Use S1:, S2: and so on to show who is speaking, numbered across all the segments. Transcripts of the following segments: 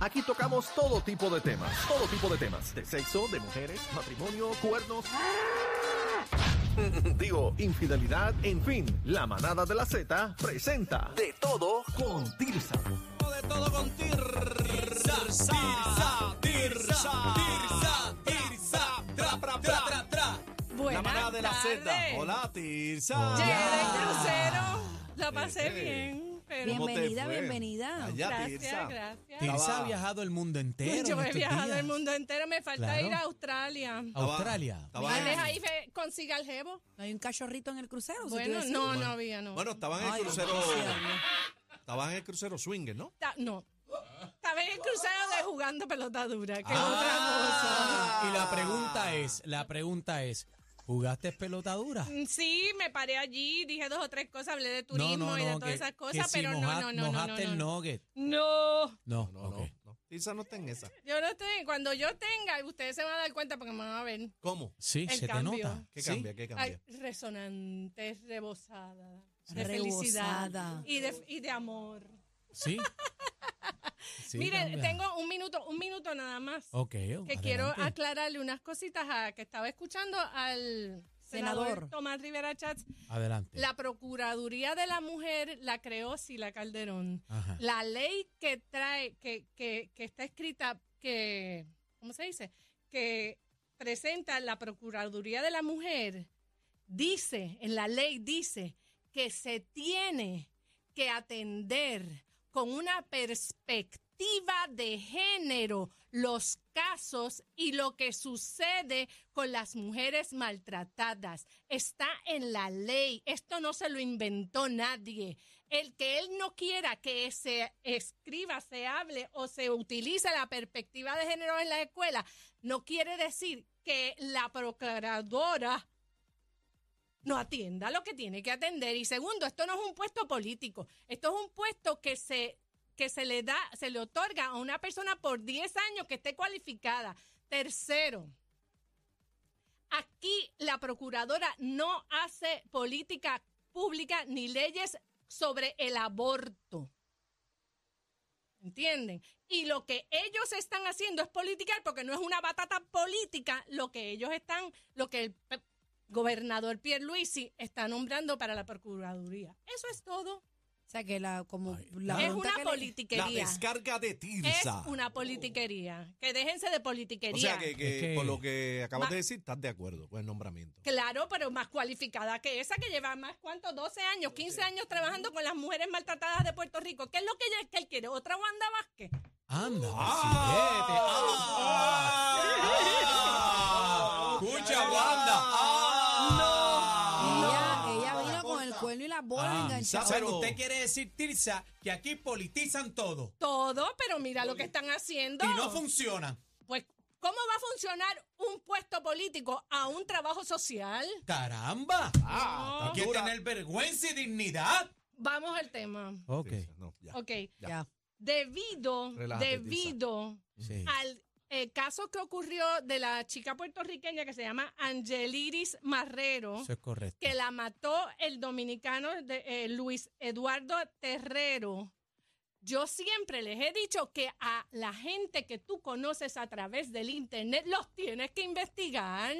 S1: Aquí tocamos todo tipo de temas, todo tipo de temas, de sexo, de mujeres, matrimonio, cuernos, ¡Ah! digo, infidelidad, en fin, la manada de la Z presenta De todo con Tirsa.
S2: de todo con Tirsa. Tirsa, Tirsa, Tirsa, Tirsa, tra, tra, tra, tra, tra. La
S3: Buenas
S2: manada de la
S3: tardes.
S2: Z. Hola, Tirsa.
S3: Llegué del
S2: Hola.
S3: crucero. La pasé
S2: Eh, eh.
S3: bien. Pero
S2: ¿Cómo te
S4: Bienvenida,
S2: fue?
S4: bienvenida.
S2: Allá,
S3: gracias,
S2: Tirsa.
S3: gracias.
S5: Tirsa
S2: Estaba-
S5: ha viajado el mundo entero. en
S3: Yo he
S5: estos
S3: viajado
S5: días.
S3: el mundo entero. Me falta
S5: Claro.
S3: ir a Australia.
S5: A Australia.
S2: Estaba-
S3: Tal vez ahí ve- consiga el jebo.
S4: ¿No hay un cachorrito en el crucero? Si te iba a
S3: Bueno,
S4: decir.
S3: no, no había, no.
S2: Bueno, estaban en el
S4: Ay,
S2: crucero.
S4: gracias,
S2: Estaban en el crucero swinger, ¿no?
S3: Ta- no. Estaba en el crucero de jugando pelota dura. Que
S5: Y la
S3: Ah.
S5: pregunta es, la pregunta es, ¿jugaste pelota dura?
S3: es otra- Sí, me paré allí, dije dos o tres cosas, hablé de turismo y de todas
S5: que-
S3: esas
S5: que
S3: cosas,
S5: si
S3: pero
S5: moja-
S3: no, no, no, no,
S5: mojaste
S3: no,
S5: el
S3: no.
S5: nugget.
S3: No,
S5: No,
S2: No,
S5: ok.
S2: no, no. Tirsa no está en esa.
S3: yo no estoy. Cuando yo tenga, ustedes se van a dar cuenta porque me van a ver.
S2: ¿Cómo?
S5: Sí,
S3: El
S5: se
S3: cambio.
S5: te nota.
S2: ¿Qué
S5: Sí.
S2: cambia? ¿Qué
S3: Ay,
S2: cambia?
S3: resonante, rebosada, de felicidad
S4: Rebosada.
S3: y de, y de amor.
S5: Sí. Sí,
S3: Miren,
S5: cambia.
S3: tengo un minuto, un minuto nada más.
S5: Ok,
S3: Que
S5: adelante.
S3: quiero aclararle unas cositas a, que estaba escuchando al senador,
S4: Senador.
S3: Tomás Rivera Chats.
S5: Adelante.
S3: La Procuraduría de la Mujer la creó Sila Calderón.
S5: Ajá.
S3: La ley que trae, que, que, que está escrita, que, ¿cómo se dice? Que presenta la Procuraduría de la Mujer, dice, en la ley dice que se tiene que atender con una perspectiva de género los casos y lo que sucede con las mujeres maltratadas. Está en la ley. Esto no se lo inventó nadie. El que él no quiera que se escriba, se hable o se utilice la perspectiva de género en la escuela, no quiere decir que la procuradora no atienda lo que tiene que atender. Y segundo, esto no es un puesto político, esto es un puesto que se, que se le da, se le otorga a una persona por 10 años que esté cualificada. Tercero, aquí la procuradora no hace política pública ni leyes sobre el aborto. ¿Entienden? Y lo que ellos están haciendo es politicar porque no es una batata política lo que ellos están, lo que el pe- gobernador Pierluisi está nombrando para la Procuraduría. Eso es todo.
S4: O sea, que la, como, la
S3: es
S4: pregunta
S3: una
S4: que le-
S2: La
S3: politiquería.
S2: descarga de
S3: Es
S2: Tirsa.
S3: una politiquería. Que déjense de
S2: O
S3: politiquería.
S2: sea, que, que
S5: Es que-
S2: por lo que acabas
S3: Ma-
S2: de decir, estás de acuerdo con el nombramiento.
S3: Claro, pero más cualificada que esa que lleva más, ¿cuánto? 12 años, 15 años trabajando con las mujeres maltratadas de Puerto Rico. ¿Qué es lo que ella que él quiere? ¿Otra Wanda Vázquez?
S5: Anda, Ah.
S2: ¡Ah! ¡Escucha, Wanda!
S4: Ella,
S2: ¡Ah!
S4: ella vino con el cuerno y las bolas
S6: Ah,
S4: enganchadas.
S2: ¿sabe? Pero-
S5: usted quiere decir, Tirsa, que aquí politizan todo
S3: Todo, pero mira lo que están haciendo.
S5: y no funcionan.
S3: pues, ¿cómo va a funcionar un puesto político a un trabajo social?
S5: ¡Caramba!
S2: Ah,
S3: No.
S2: está
S5: Hay que
S2: dura.
S5: tener vergüenza y dignidad.
S3: Vamos al tema.
S5: Ok.
S2: Tirsa, no, ya.
S3: Ok.
S2: Ya.
S4: Ya.
S3: Debido,
S2: Relájate, Tirsa.
S3: debido
S5: Sí.
S3: al eh, caso que ocurrió de la chica puertorriqueña que se llama Angeliris Marrero.
S5: Eso es correcto.
S3: que la mató el dominicano de, eh, Luis Eduardo Terrero. Yo siempre les he dicho que a la gente que tú conoces a través del internet los tienes que investigar.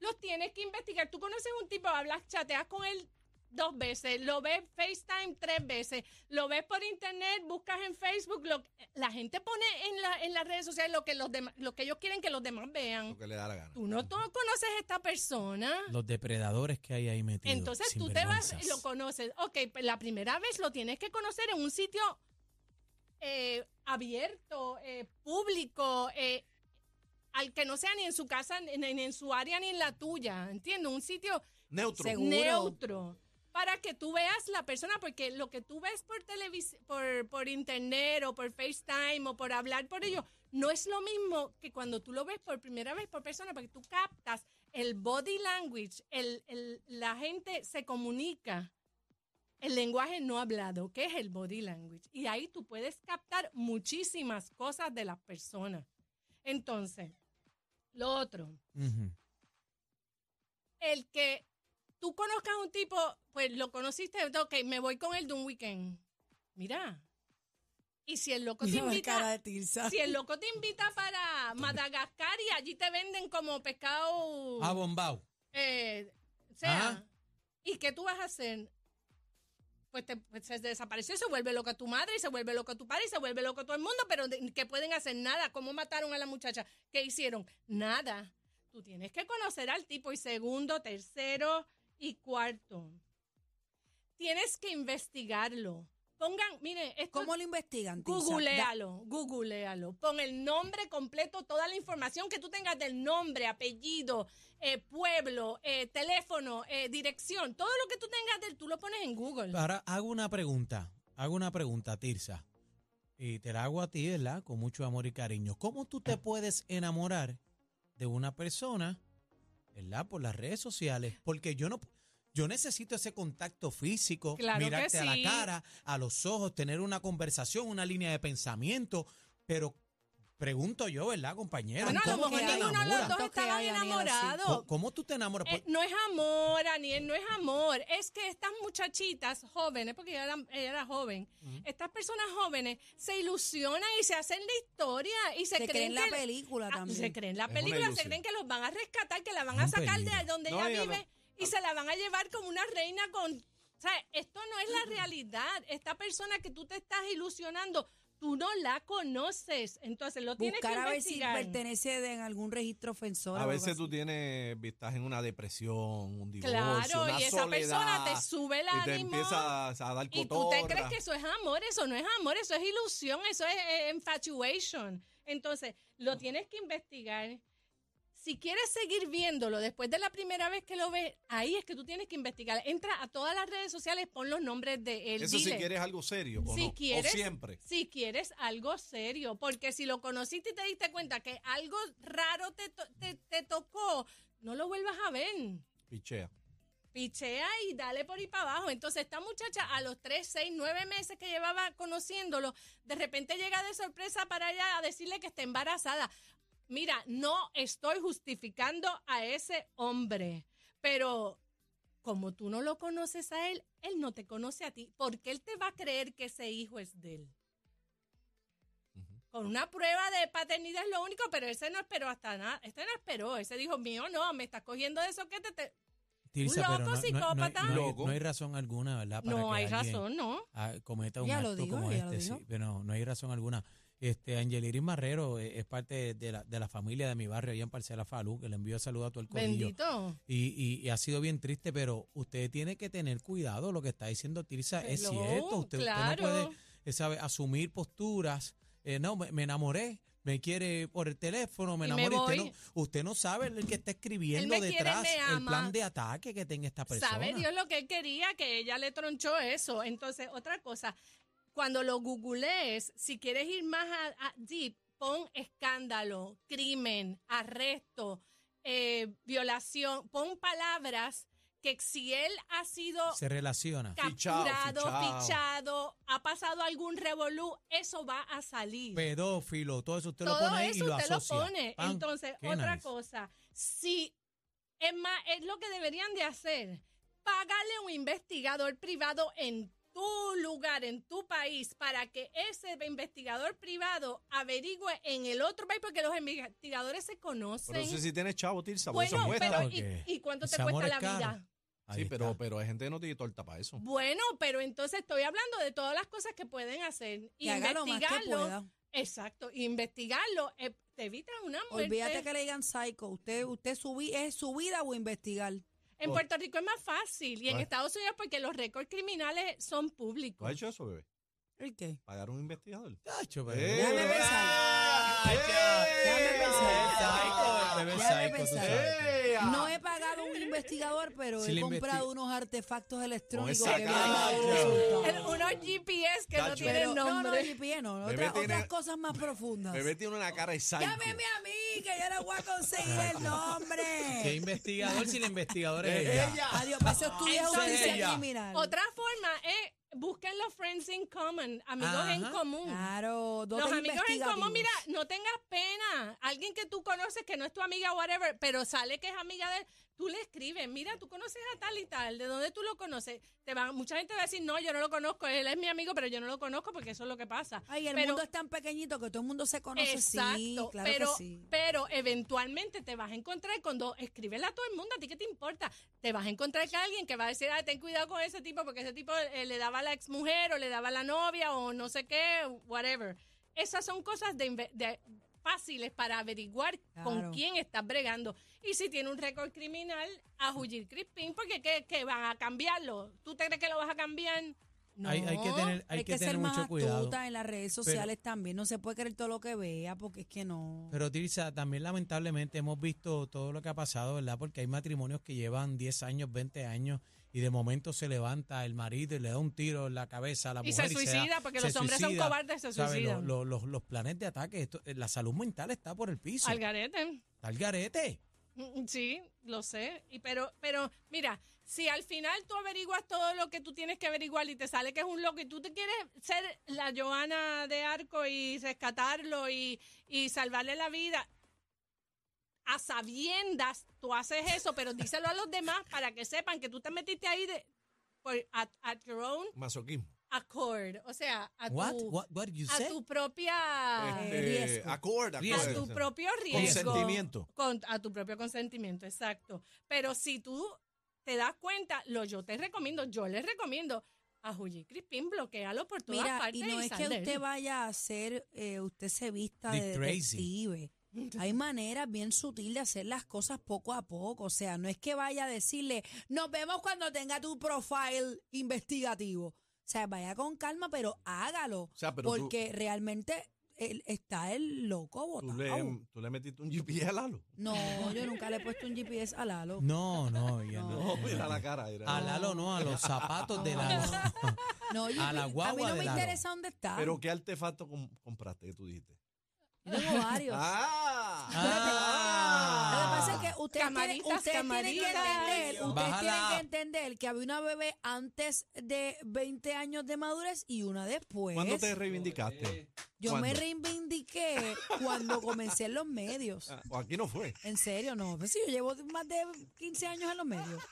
S3: Los tienes que investigar. Tú conoces un tipo, hablas, chateas con él dos veces, lo ves FaceTime tres veces, lo ves por internet, buscas en Facebook. lo- la gente pone en, la- en las redes sociales lo que, los demás- lo que ellos quieren que los demás
S2: Lo
S3: vean.
S2: que le da la gana.
S3: Tú no tú no conoces a esta persona.
S5: Los depredadores que hay ahí metidos.
S3: Entonces tú te vas y
S5: sinvergüenzas.
S3: lo conoces. Ok, pues la primera vez lo tienes que conocer en un sitio eh, abierto, eh, público, eh, al que no sea ni en su casa, ni, ni en su área, ni en la tuya. ¿Entiendes? Un sitio
S2: Neutro.
S4: Seguro.
S3: neutro. Para que tú veas la persona, porque lo que tú ves por televis por, por internet o por FaceTime o por hablar por ello, no es lo mismo que cuando tú lo ves por primera vez por persona, porque tú captas el body language, el, el- la gente se comunica el lenguaje no hablado, que es el body language. Y ahí tú puedes captar muchísimas cosas de las personas. Entonces, lo otro,
S5: Ujú.
S3: el que tú conozcas a un tipo, pues lo conociste, ok, me voy con él de un weekend. Mira. Y si el loco te
S4: La
S3: invita
S4: cara de Tirsa.
S3: si el loco te invita para Madagascar y allí te venden como pescado,
S5: Ah, bombao.
S3: eh, sea,
S5: Ah.
S3: ¿y qué tú vas a hacer? Pues, te, pues se desapareció, se vuelve loca tu madre, y se vuelve loca tu padre, y se vuelve loco todo el mundo, pero de- ¿qué pueden hacer? Nada. ¿Cómo mataron a la muchacha? ¿Qué hicieron? Nada. Tú tienes que conocer al tipo y segundo, tercero y cuarto. Tienes que investigarlo. Pongan, miren, esto
S4: ¿Cómo lo investigan, Tirsa?
S3: Googlealo, googlealo. Pon el nombre completo, toda la información que tú tengas del nombre, apellido, eh, pueblo, eh, teléfono, eh, dirección, todo lo que tú tengas del tú lo pones en Google.
S5: Ahora hago una pregunta, hago una pregunta, Tirsa. Y te la hago a ti, ¿verdad? Con mucho amor y cariño. ¿Cómo tú te puedes enamorar de una persona, ¿verdad? Por las redes sociales. Porque yo no. Yo necesito ese contacto físico,
S3: Claro que
S5: mirarte a la
S3: sí.
S5: cara, a los ojos, tener una conversación, una línea de pensamiento. Pero pregunto yo, ¿verdad, compañera?
S3: Bueno, a lo
S5: ¿Cómo
S3: mejor
S5: tú te
S3: ninguno de los
S5: enamoras?
S3: dos
S4: Tanto que
S3: estaban
S4: hay, Daniela, sí.
S3: enamorados.
S5: ¿Cómo, cómo tú te enamoras?
S3: Eh, no es amor, Aniel, no es amor. Es que estas muchachitas jóvenes, porque ella era, ella era joven, estas personas jóvenes se ilusionan y se hacen la historia y se,
S4: Se creen la
S3: que-
S4: película
S3: Ah,
S4: también.
S3: Se creen la
S6: Es una
S3: película, se
S6: ilusión.
S3: creen que los van a rescatar, que la van
S5: Es
S3: a
S5: un
S3: sacar de
S5: peligro.
S3: donde
S6: No,
S3: ella
S6: ella
S3: vive y se la van a llevar como una reina con... O sea, esto no es la realidad. Esta persona que tú te estás ilusionando, tú no la conoces. Entonces lo tienes
S4: Buscar a
S3: que
S4: ver si
S3: investigar.
S4: pertenece de- en algún registro ofensor.
S6: A
S4: o algo
S6: veces tú
S4: así.
S6: tienes, estás en una depresión, un divorcio,
S3: claro,
S6: una
S3: y esa persona
S6: soledad,
S3: te sube el
S6: y te
S3: ánimo.
S6: empieza a- a dar
S3: Y tú te crees
S6: cotorra.
S3: que eso es amor, eso no es amor, eso es ilusión, eso es eh, infatuation. Entonces, lo tienes que investigar. Si quieres seguir viéndolo después de la primera vez que lo ves, ahí es que tú tienes que investigar. Entra a todas las redes sociales, pon los nombres de él.
S6: Eso si
S3: dile.
S6: quieres algo serio o
S3: Si
S6: no,
S3: quieres-
S6: o siempre.
S3: Si quieres algo serio, porque si lo conociste y te diste cuenta que algo raro te, to- te- te tocó, no lo vuelvas a ver.
S6: Pichea.
S3: pichea y dale por ahí para abajo. Entonces, esta muchacha a los 3, 6, 9 meses que llevaba conociéndolo, de repente llega de sorpresa para allá a decirle que está embarazada. Mira, no estoy justificando a ese hombre, pero como tú no lo conoces a él, él no te conoce a ti, porque él te va a creer que ese hijo es de él.
S6: Ujú.
S3: Con una prueba de paternidad es lo único, pero ese no esperó hasta nada. Este no esperó. Ese dijo, mío, no, me estás cogiendo de soquete. Te,
S5: Tirsa,
S3: un
S5: pero
S3: loco
S5: no- no hay- no hay-
S3: psicópata.
S5: no hay-
S6: Loco.
S5: no hay razón alguna, ¿verdad? para
S3: no
S5: que
S3: hay
S5: alguien-
S3: razón, no.
S5: a- cometa un
S4: Ya lo
S5: acto
S4: dijo,
S5: como
S4: ya lo
S5: este, sí,
S4: dijo.
S5: pero no, no hay razón alguna. Este, Angeliris Marrero eh, es parte de la, de la familia de mi barrio allá en Parcela Falú, que le envío saludos a todo el corillo.
S3: Bendito.
S5: Y, y- y ha sido bien triste, pero usted tiene que tener cuidado, lo que está diciendo Tirsa es
S3: Hello,
S5: cierto, usted, usted
S3: claro.
S5: no puede eh, sabe, asumir posturas, eh, no, me, me enamoré, me quiere por el teléfono, me
S3: Y me
S5: enamoré, usted,
S3: voy.
S5: no, usted no sabe el que está escribiendo
S3: Él me quiere,
S5: detrás,
S3: me
S5: el
S3: ama.
S5: plan de ataque que tenga esta persona.
S3: Sabe Dios lo que él quería, que ella le tronchó eso. Entonces, otra cosa, cuando lo googlees, si quieres ir más a, a deep, pon escándalo, crimen, arresto, eh, violación, pon palabras que si él ha sido
S5: Se relaciona.
S6: Fichao,
S3: capturado,
S6: fichao.
S3: fichado, ha pasado algún revolú, eso va a salir.
S5: pedófilo, todo eso usted lo
S3: todo
S5: pone ahí y
S3: eso
S5: lo
S3: usted lo
S5: asocia.
S3: pone.
S5: Pan,
S3: Entonces,
S5: qué
S3: otra
S5: nice.
S3: cosa, si es más, es lo que deberían de hacer, pagarle un investigador privado en tu lugar, en tu país, para que ese investigador privado averigüe en el otro país, porque los investigadores se conocen.
S6: Pero no sé si tienes chavo, Tirsa, porque
S3: bueno,
S6: eso cuesta.
S3: pero ¿y,
S5: Porque
S3: y cuánto
S5: ese
S3: te
S5: amor
S3: cuesta la
S5: es caro.
S3: vida?
S5: Ahí
S6: sí, pero,
S5: está.
S6: pero hay gente que no tiene torta para eso.
S3: Bueno, pero entonces estoy hablando de todas las cosas que pueden hacer.
S4: Que haga lo más que
S3: Investigarlo.
S4: pueda.
S3: Exacto, investigarlo. eh, te evitas una muerte.
S4: Olvídate que le digan psycho. Usted, usted subí, es su vida o investigar.
S3: En
S6: Por-
S3: Puerto Rico es más fácil y en
S6: Ay.
S3: Estados Unidos porque los récords criminales son
S6: ¿Tú has
S3: públicos.
S6: hecho eso, bebé?
S4: ¿El qué?
S6: ¿Pagar un investigador?
S5: Tacho, pero-
S6: ¡Eh!
S4: Déjame pensar.
S6: ¡Eh!
S4: Déjame pensar.
S5: Bebé psycho, bebé
S4: Déjame
S5: psycho, tú
S4: pensar.
S5: sabes.
S6: ¡Eh!
S4: No he pagado un investigador, pero
S5: Si
S4: he
S5: le investi-
S4: comprado unos artefactos electrónicos
S6: esa
S4: que me
S6: cara,
S4: han dado
S6: ya.
S4: resultados.
S3: El- unos GPS que no
S6: Tacho.
S3: tienen
S4: Pero- No, no,
S3: nombre.
S4: GPA no,
S6: Bebé
S4: otra-
S6: tiene-
S4: otras cosas más profundas.
S6: Bebé tiene una cara de psycho.
S4: Llámeme a mí, que yo no voy a conseguir el
S5: ¿Qué
S4: nombre.
S5: investigador si la investigadora es
S6: Es
S5: ella?
S6: Eh, ella.
S4: Adiós, para eso estudia
S3: Entonces,
S4: justicia
S5: ella.
S4: criminal.
S3: Otra forma es busquen los friends in common, amigos en
S5: Ajá.
S3: común.
S4: Ah, Claro,
S3: Los
S4: dotes
S3: amigos en común,
S4: investigativos.
S3: mira, no tengas pena. Alguien que tú conoces que no es tu amiga, whatever, pero sale que es amiga de él, tú le escribes, mira, tú conoces a tal y tal, ¿de dónde tú lo conoces? Te va, mucha gente va a decir, no, yo no lo conozco, él es mi amigo, pero yo no lo conozco porque eso es lo que pasa.
S4: Ay, el
S3: pero,
S4: mundo es tan pequeñito que todo el mundo se conoce.
S3: Exacto,
S4: sí, claro
S3: pero,
S4: que sí.
S3: pero eventualmente te vas a encontrar cuando escribes a todo el mundo, a ti qué te importa, te vas a encontrar con alguien que va a decir, ah, ten cuidado con ese tipo porque ese tipo eh, le daba a la ex mujer o le daba a la novia o no sé qué, whatever. Esas son cosas de, inve- de- fáciles para averiguar
S4: Claro.
S3: con quién estás bregando. Y si tiene un récord criminal, a Jullir Crispin, porque que, van a cambiarlo. ¿Tú te crees que lo vas a cambiar? No.
S5: Hay, hay que tener, hay
S4: Hay
S5: que
S4: que ser
S5: tener
S4: más
S5: mucho cuidado.
S4: astuta en las redes sociales también. No se puede creer todo lo que vea porque es que no.
S5: Pero Tirsa, también lamentablemente hemos visto todo lo que ha pasado, ¿verdad? Porque hay matrimonios que llevan 10 años, 20 años y de momento se levanta el marido y le da un tiro en la cabeza a la
S3: Y
S5: mujer.
S3: se suicida, porque
S5: se
S3: los hombres son
S5: suicida.
S3: cobardes, se
S5: ¿Sabe? Lo-
S3: suicidan.
S5: lo- Los, los planes de ataque, esto- eh, la salud mental está por el piso.
S3: Al garete.
S5: Está al garete.
S3: Mm, Sí, lo sé. Y pero, pero, mira, si al final tú averiguas todo lo que tú tienes que averiguar y te sale que es un loco y tú te quieres ser la Joana de Arco y rescatarlo y, y salvarle la vida, a sabiendas tú haces eso, pero díselo a los demás para que sepan que tú te metiste ahí de por, at, at your own
S6: Masoquismo.
S3: accord. O sea, a tu,
S5: What? What, what you
S3: a
S5: said?
S3: tu propia
S6: Este,
S4: riesgo.
S6: acord, acord.
S5: Este,
S3: a tu propio riesgo.
S6: Consentimiento.
S3: Con, a tu propio consentimiento, exacto. Pero si tú te das cuenta, lo yo te recomiendo, yo les recomiendo a Juli Crispin, bloquealo por todas
S4: Mira,
S3: partes.
S4: y no es
S3: sal
S4: que
S3: de
S4: usted
S3: él.
S4: vaya a hacer, eh, usted se vista
S5: Dick
S4: de
S5: Tracy.
S4: detective. Hay maneras bien sutil de hacer las cosas poco a poco. O sea, no es que vaya a decirle, nos vemos cuando tenga tu profile investigativo. O sea, vaya con calma, pero hágalo.
S6: O sea, pero tú-
S4: porque realmente él- está el loco
S6: Tú
S4: botado.
S6: le, tú le metiste un GPS a Lalo.
S4: No, yo nunca le he puesto un GPS a Lalo.
S5: No, no, ya no.
S6: No, mira la cara. Era.
S5: A Lalo no, a los zapatos de Lalo.
S4: No, yo-
S5: A la
S4: mí
S5: guagua
S4: no
S5: de
S4: me
S5: Lalo.
S4: interesa dónde está.
S6: Pero ¿qué artefacto com- compraste que tú dijiste?
S4: Yo tengo varios.
S6: ¡Ah!
S4: Lo que
S5: Ah.
S4: pasa es que ustedes, tienen,
S3: Camaritas,
S4: ustedes tienen que
S3: camaritas.
S4: entender, ustedes
S5: Bájala.
S4: tienen que entender que había una bebé antes de 20 años de madurez y una después.
S6: ¿Cuándo te
S5: Eh.
S6: reivindicaste?
S4: Yo me
S6: ¿Cuándo?
S4: reivindiqué cuando comencé en los medios.
S6: Ah, O aquí no fue.
S4: En serio, no. Pues sí, yo llevo más de 15 años en los medios.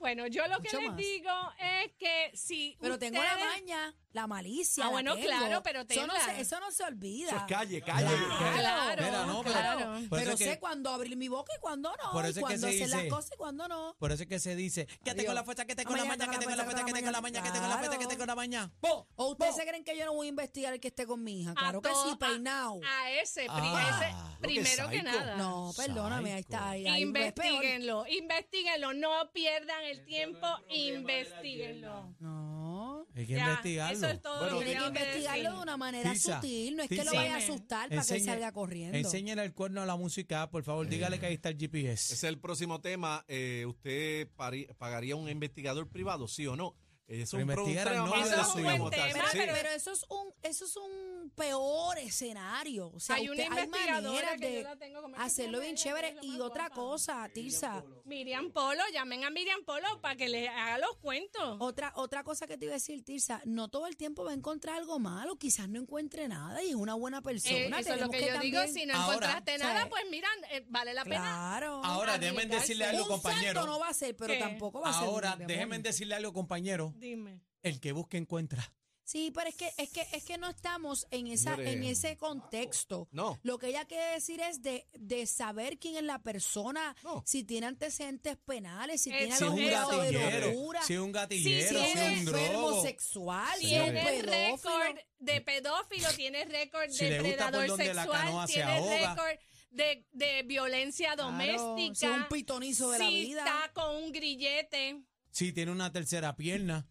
S3: Bueno, yo lo que
S4: Mucho
S3: les
S4: más.
S3: digo es que si.
S4: Pero tengo la
S3: ustedes-
S4: maña, la malicia.
S3: Ah,
S4: la
S3: bueno,
S4: tengo.
S3: claro, pero
S4: eso no,
S3: tenla. Ah,
S4: se, eso no se olvida.
S6: Eso es calle, calle.
S5: Claro.
S3: Claro,
S5: Mira, no, pero-
S3: claro.
S5: por eso
S4: Pero
S5: es que-
S4: sé cuándo abrir mi boca y cuándo no.
S5: Por
S4: y
S5: eso es que
S4: cuándo
S5: se
S4: hacer las
S5: dice-
S4: cosas y cuándo no.
S5: Por eso es que se dice, que tengo
S4: Adiós.
S5: la fuerza, que tengo la
S4: Mañana
S5: maña, que tengo la fuerza, que tengo la maña, que tengo la fuerza, que
S4: Claro.
S5: tengo la maña.
S4: ¿O ustedes se creen que yo no voy a investigar el que esté con mi hija? Claro que
S3: to-
S4: sí, peinado.
S3: A, a ese, pri-
S5: Ah,
S3: ese-
S6: lo que
S3: primero que,
S6: psycho.
S3: nada.
S4: No, perdóname, ahí está. Ahí, ahí es peor.
S3: Investíguenlo, investiguenlo, no pierdan el tiempo, investiguenlo.
S4: No.
S5: Hay que
S3: Ya,
S5: investigarlo.
S3: Eso es todo.
S6: Bueno,
S3: lo que
S4: Tiene que
S3: tengo que
S4: investigarlo
S3: decir.
S4: de una manera
S5: Tirsa,
S4: sutil. No es que lo
S5: Tirsa,
S4: vaya a
S3: Dime.
S4: asustar para que él
S5: Enseñe-
S4: salga corriendo.
S5: Enséñale el cuerno a la música, por favor, dígale que ahí está el GPS.
S6: Ese es el próximo tema. Eh, ¿Usted pari- pagaría un investigador privado, sí o no? Eh, Es
S5: Pero
S6: un pro-
S5: investigar al
S6: tema
S5: novio
S6: más
S5: de
S6: de
S5: su
S6: su
S5: hija.
S6: votar,
S3: Pero-
S4: Pero,
S6: sí.
S4: pero eso es un eso es un peor escenario. O sea,
S3: Hay una
S4: usted- hay
S3: investigadora
S4: maneras
S3: que yo
S4: de
S3: la tengo como
S4: hacerlo
S3: ella,
S4: bien
S3: que es
S4: chévere.
S3: la
S4: Y
S3: más
S4: otra
S3: guapa.
S4: cosa, Tirsa.
S3: Miriam Polo, llamen a Miriam Polo para que le haga los cuentos.
S4: Otra, otra cosa que te iba a decir, Tirsa, no todo el tiempo va a encontrar algo malo, quizás no encuentre nada y es una buena persona.
S3: Eh, eso es lo
S4: tenemos
S3: que, yo digo,
S4: también-
S3: si no
S5: Ahora,
S3: encontraste
S4: ¿sabes?
S3: nada, pues mira, eh, vale la pena.
S4: Claro.
S5: Ahora,
S3: a
S5: déjenme
S3: dedicarse.
S5: decirle algo,
S4: un
S5: compañero.
S4: santo no va a ser, pero
S3: ¿Qué?
S4: tampoco va a ser.
S5: Ahora,
S4: un demonio.
S5: déjenme decirle algo, compañero.
S3: Dime.
S5: El que busca encuentra.
S4: Sí, pero es que, es que, es que no estamos en esa,
S6: Señores,
S4: en ese contexto.
S6: No.
S4: Lo que ella quiere decir es de, de saber quién es la persona,
S6: No.
S4: si tiene antecedentes penales, si tiene
S5: Si es
S3: Eso,
S4: algún
S5: un
S4: grado de
S5: gatillero,
S4: locura,
S5: si es un
S4: si
S5: gatillero,
S4: es
S5: si
S4: un
S5: es un
S4: enfermo
S5: drogo.
S4: sexual, si es un
S3: Tiene
S4: pedófilo.
S3: récord de pedófilo, tiene récord
S5: Si
S3: de
S5: le gusta por
S3: predador
S5: donde la
S3: sexual,
S5: canoa se
S3: tiene
S5: ahoga.
S3: récord de, de violencia
S4: Claro,
S3: doméstica.
S4: si es un pitonizo de la
S3: si
S4: vida.
S3: está con un grillete.
S5: Si tiene una tercera pierna.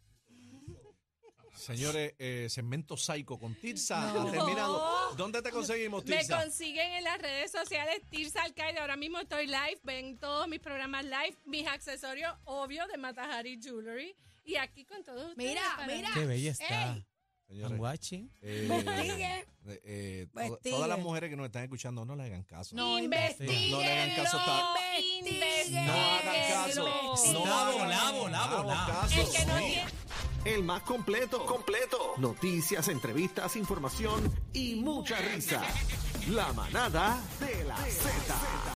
S6: Señores, eh, segmento psycho con Tirsa
S4: No.
S6: ha terminado. ¿Dónde te conseguimos,
S3: Me
S6: Tirsa?
S3: consiguen en las redes sociales Tirsa Alcaide. Ahora mismo estoy live. Ven todos mis programas live, mis accesorios, obvio, de Matajari Jewelry. Y aquí con todos ustedes.
S4: Mira,
S3: para-
S4: mira.
S5: Qué bella está.
S6: Señores,
S5: I'm watching.
S6: eh,
S4: Investigue.
S6: eh, eh, to-
S4: Investigue.
S6: todas las mujeres que nos están escuchando, no le hagan caso.
S4: No,
S3: investiguen.
S6: no le hagan caso a
S4: Investíguenlo.
S6: No hagan caso.
S4: Investíguenlo.
S6: No hagan
S5: Lavo, lavo,
S6: hagamos
S5: lavo.
S6: caso.
S3: El que no
S6: Sí.
S3: tiene-
S1: El más completo. Completo. Noticias, entrevistas, información y mucha risa. La manada de la Z.